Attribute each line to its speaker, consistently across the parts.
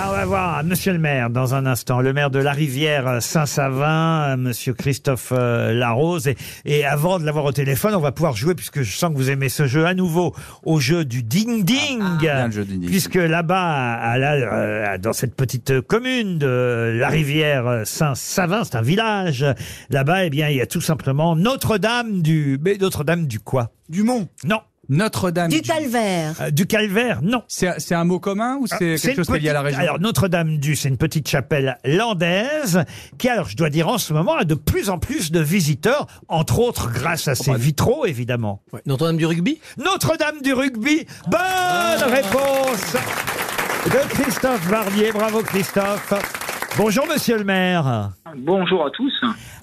Speaker 1: Ah, avoir Monsieur le maire dans un instant, le maire de la rivière Saint-Savin, euh, Monsieur Christophe euh, Larose. Et, et avant de l'avoir au téléphone, on va pouvoir jouer, puisque je sens que vous aimez ce jeu à nouveau, au jeu du ding-ding.
Speaker 2: bien le jeu du ding-ding.
Speaker 1: Puisque là-bas, à- à la- euh, dans cette petite commune de la rivière euh, Saint-Savin, c'est un village, là-bas, eh bien, il y a tout simplement Notre-Dame du... Mais Notre-Dame du quoi
Speaker 3: Du Mont.
Speaker 1: Non.
Speaker 2: Notre-Dame.
Speaker 4: Du calvaire.
Speaker 1: Euh, du calvaire, non.
Speaker 2: C'est c'est un mot commun ou c'est
Speaker 1: Ah, C'est
Speaker 2: quelque
Speaker 1: une
Speaker 2: chose qui est lié à la
Speaker 1: petite-
Speaker 2: région
Speaker 1: Alors Notre-Dame-du, c'est une petite chapelle landaise qui, alors je dois dire en ce moment, a de plus en plus de visiteurs, entre autres grâce à
Speaker 2: Oh, bah,
Speaker 1: ses vitraux évidemment.
Speaker 5: Notre-Dame du rugby
Speaker 1: Notre-Dame du rugby, bonne
Speaker 2: Ah.
Speaker 1: réponse de Christophe Barbier, bravo Christophe. Bonjour Monsieur le maire.
Speaker 6: Bonjour à tous.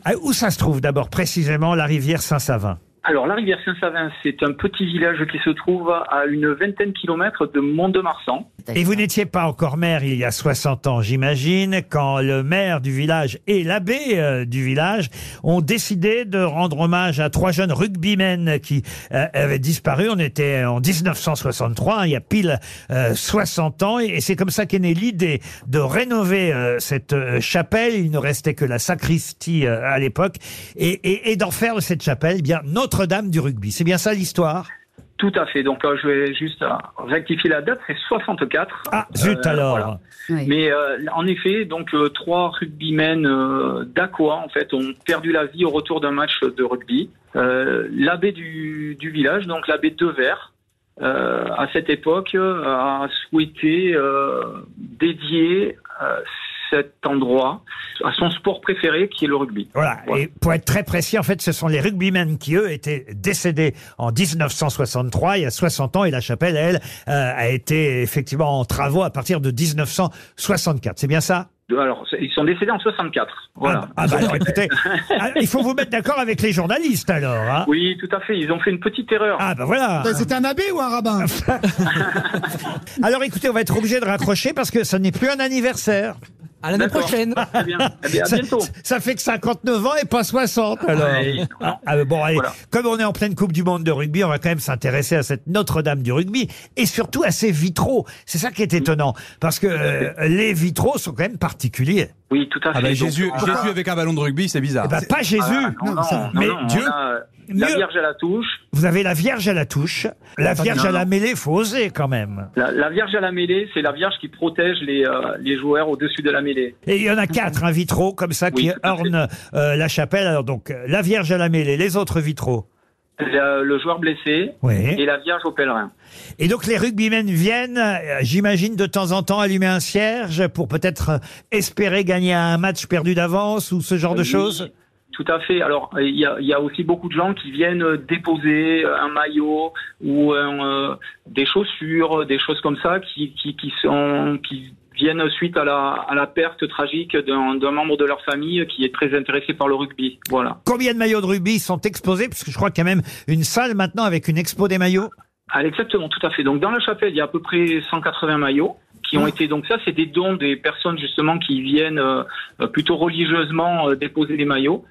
Speaker 1: Ah, Où ça se trouve d'abord précisément la rivière Saint-Savin
Speaker 6: Alors, la rivière Saint-Savin, c'est un petit village qui se trouve à une vingtaine de kilomètres de Mont-de-Marsan.
Speaker 1: Et vous n'étiez pas encore maire il y a 60 ans, j'imagine, quand le maire du village et l'abbé euh, du village ont décidé de rendre hommage à trois jeunes rugbymen qui euh, avaient disparu. On était en 1963, hein, il y a pile euh, 60 ans, et, et c'est comme ça qu'est née l'idée de rénover euh, cette euh, chapelle. Il ne restait que la sacristie euh, à l'époque, et, et- et d'en faire de cette chapelle eh bien Notre-Dame du rugby. C'est bien ça l'histoire
Speaker 6: Tout à fait. Donc là, je vais juste euh, rectifier la date, c'est 64.
Speaker 1: Ah, zut
Speaker 6: Euh,
Speaker 1: alors
Speaker 6: voilà.
Speaker 4: Oui.
Speaker 6: Mais euh, en effet, donc euh, trois rugbymen euh, d'Aqua en fait ont perdu la vie au retour d'un match de rugby. Euh, l'abbé du, du village, donc l'abbé Devers, euh, à cette époque, euh, a souhaité euh, dédier euh, cet endroit à son sport préféré, qui est le rugby.
Speaker 1: Voilà.
Speaker 6: Ouais.
Speaker 1: Et pour être très précis, en fait, ce sont les rugbymen qui, eux, étaient décédés en 1963, il y a 60 ans, et la chapelle, elle, euh, a été effectivement en travaux à partir de 1964. C'est bien ça
Speaker 6: Alors, c'est- ils sont décédés en 64. Voilà.
Speaker 1: Ah, ah bah alors, écoutez, ah, il faut vous mettre d'accord avec les journalistes, alors. hein.
Speaker 6: Oui, tout à fait. Ils ont fait une petite erreur.
Speaker 1: Ah bah voilà.
Speaker 3: C'était Ben, un abbé ou un rabbin
Speaker 1: Alors écoutez, on va être obligé de raccrocher parce que ça n'est plus un anniversaire.
Speaker 5: À l'année
Speaker 6: D'accord.
Speaker 5: prochaine
Speaker 6: Très bien. Eh bien, à
Speaker 1: Ça,
Speaker 6: bientôt.
Speaker 1: ça fait que 59 ans et pas 60 alors.
Speaker 6: Ouais.
Speaker 1: Ah, ah, bon allez,
Speaker 6: Voilà.
Speaker 1: comme on est en pleine Coupe du monde de rugby, on va quand même s'intéresser à cette Notre-Dame du rugby et surtout à ses vitraux. C'est ça qui est étonnant parce que euh, les vitraux sont quand même particuliers.
Speaker 6: Oui, tout à fait.
Speaker 2: Ah bah,
Speaker 6: Donc,
Speaker 2: Jésus,
Speaker 6: on a-
Speaker 2: Jésus avec un ballon de rugby, c'est bizarre.
Speaker 1: Eh ben, pas Jésus,
Speaker 6: Ah, non, non,
Speaker 1: ça-
Speaker 6: non,
Speaker 1: mais
Speaker 6: non, on
Speaker 1: Dieu.
Speaker 6: a euh, la
Speaker 1: Mieux.
Speaker 6: Vierge à la touche,
Speaker 1: Vous avez la Vierge à la touche, la Vierge
Speaker 6: non,
Speaker 1: à la
Speaker 6: non.
Speaker 1: mêlée, faut oser quand même.
Speaker 6: la, la Vierge à la mêlée, c'est la Vierge qui protège les, euh, les joueurs au-dessus de la mêlée.
Speaker 1: Et il y en a quatre, un vitraux comme ça
Speaker 6: Oui,
Speaker 1: qui
Speaker 6: tout à fait.
Speaker 1: ornent euh, la chapelle. Alors donc euh, la Vierge à la mêlée, les autres vitraux.
Speaker 6: Le, euh, le joueur blessé
Speaker 1: Oui.
Speaker 6: et la Vierge au pèlerin.
Speaker 1: Et donc les rugbymen viennent, euh, j'imagine, de temps en temps allumer un cierge pour peut-être euh, espérer gagner un match perdu d'avance ou ce genre de
Speaker 6: Oui,
Speaker 1: choses.
Speaker 6: Tout à fait. Alors, euh, il y a, il y a aussi beaucoup de gens qui viennent euh, déposer un maillot ou un, euh, des chaussures, des choses comme ça qui, qui, qui sont, qui viennent suite à la, à la perte tragique d'un d'un membre de leur famille qui est très intéressé par le rugby. Voilà.
Speaker 1: Combien de maillots de rugby sont exposés Parce que je crois qu'il y a même une salle maintenant avec une expo des maillots.
Speaker 6: Ah, exactement, tout à fait. Donc dans la chapelle, il y a à peu près 180 maillots qui ont été donc ça, c'est des dons des personnes justement qui viennent euh, euh, plutôt religieusement euh, déposer des maillots.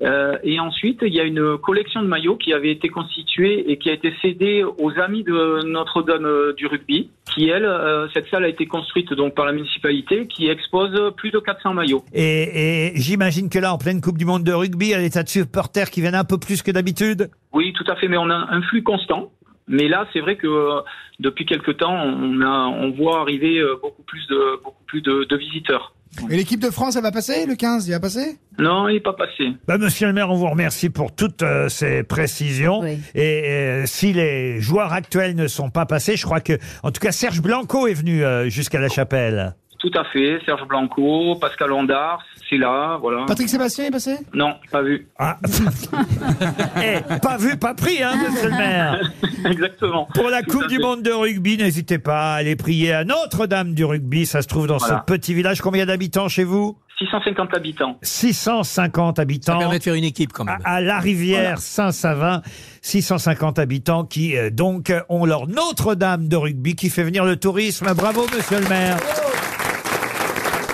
Speaker 6: Euh, et ensuite, il y a une collection de maillots qui avait été constituée et qui a été cédée aux amis de Notre-Dame euh, du rugby, qui elle, euh, cette salle a été construite donc par la municipalité, qui expose plus de 400 maillots.
Speaker 1: Et, et j'imagine que là, en pleine Coupe du Monde de rugby, il y a des tas de supporters qui viennent un peu plus que d'habitude.
Speaker 6: Oui, tout à fait, mais on a un flux constant. Mais là, c'est vrai que euh, depuis quelque temps, on, a, on voit arriver euh, beaucoup plus de, beaucoup plus de, de visiteurs.
Speaker 3: Et l'équipe de France, elle va passer Le 15, il va passer
Speaker 6: Non, il n'est pas passé.
Speaker 1: Bah, monsieur le maire, on vous remercie pour toutes euh, ces précisions.
Speaker 4: Oui.
Speaker 1: Et euh, si les joueurs actuels ne sont pas passés, je crois que, en tout cas, Serge Blanco est venu euh, jusqu'à la chapelle.
Speaker 6: Tout à fait. Serge Blanco, Pascal Ondar, c'est là, voilà.
Speaker 3: Patrick Sébastien est passé
Speaker 6: Non, pas vu.
Speaker 1: Ah. Eh, pas vu, pas pris, hein, monsieur le maire.
Speaker 6: Exactement.
Speaker 1: Pour la
Speaker 6: Tout
Speaker 1: Coupe
Speaker 6: à
Speaker 1: du
Speaker 6: fait.
Speaker 1: Monde de rugby, n'hésitez pas à aller prier à Notre-Dame du rugby. Ça se trouve dans
Speaker 6: Voilà.
Speaker 1: ce petit village. Combien d'habitants chez vous
Speaker 6: 650 habitants.
Speaker 1: 650
Speaker 5: Ça
Speaker 1: habitants.
Speaker 5: permet de faire une équipe quand même.
Speaker 1: à, à la rivière Saint-Savin, 650 habitants qui euh, donc euh, ont leur Notre-Dame de rugby qui fait venir le tourisme. Bravo, monsieur le maire.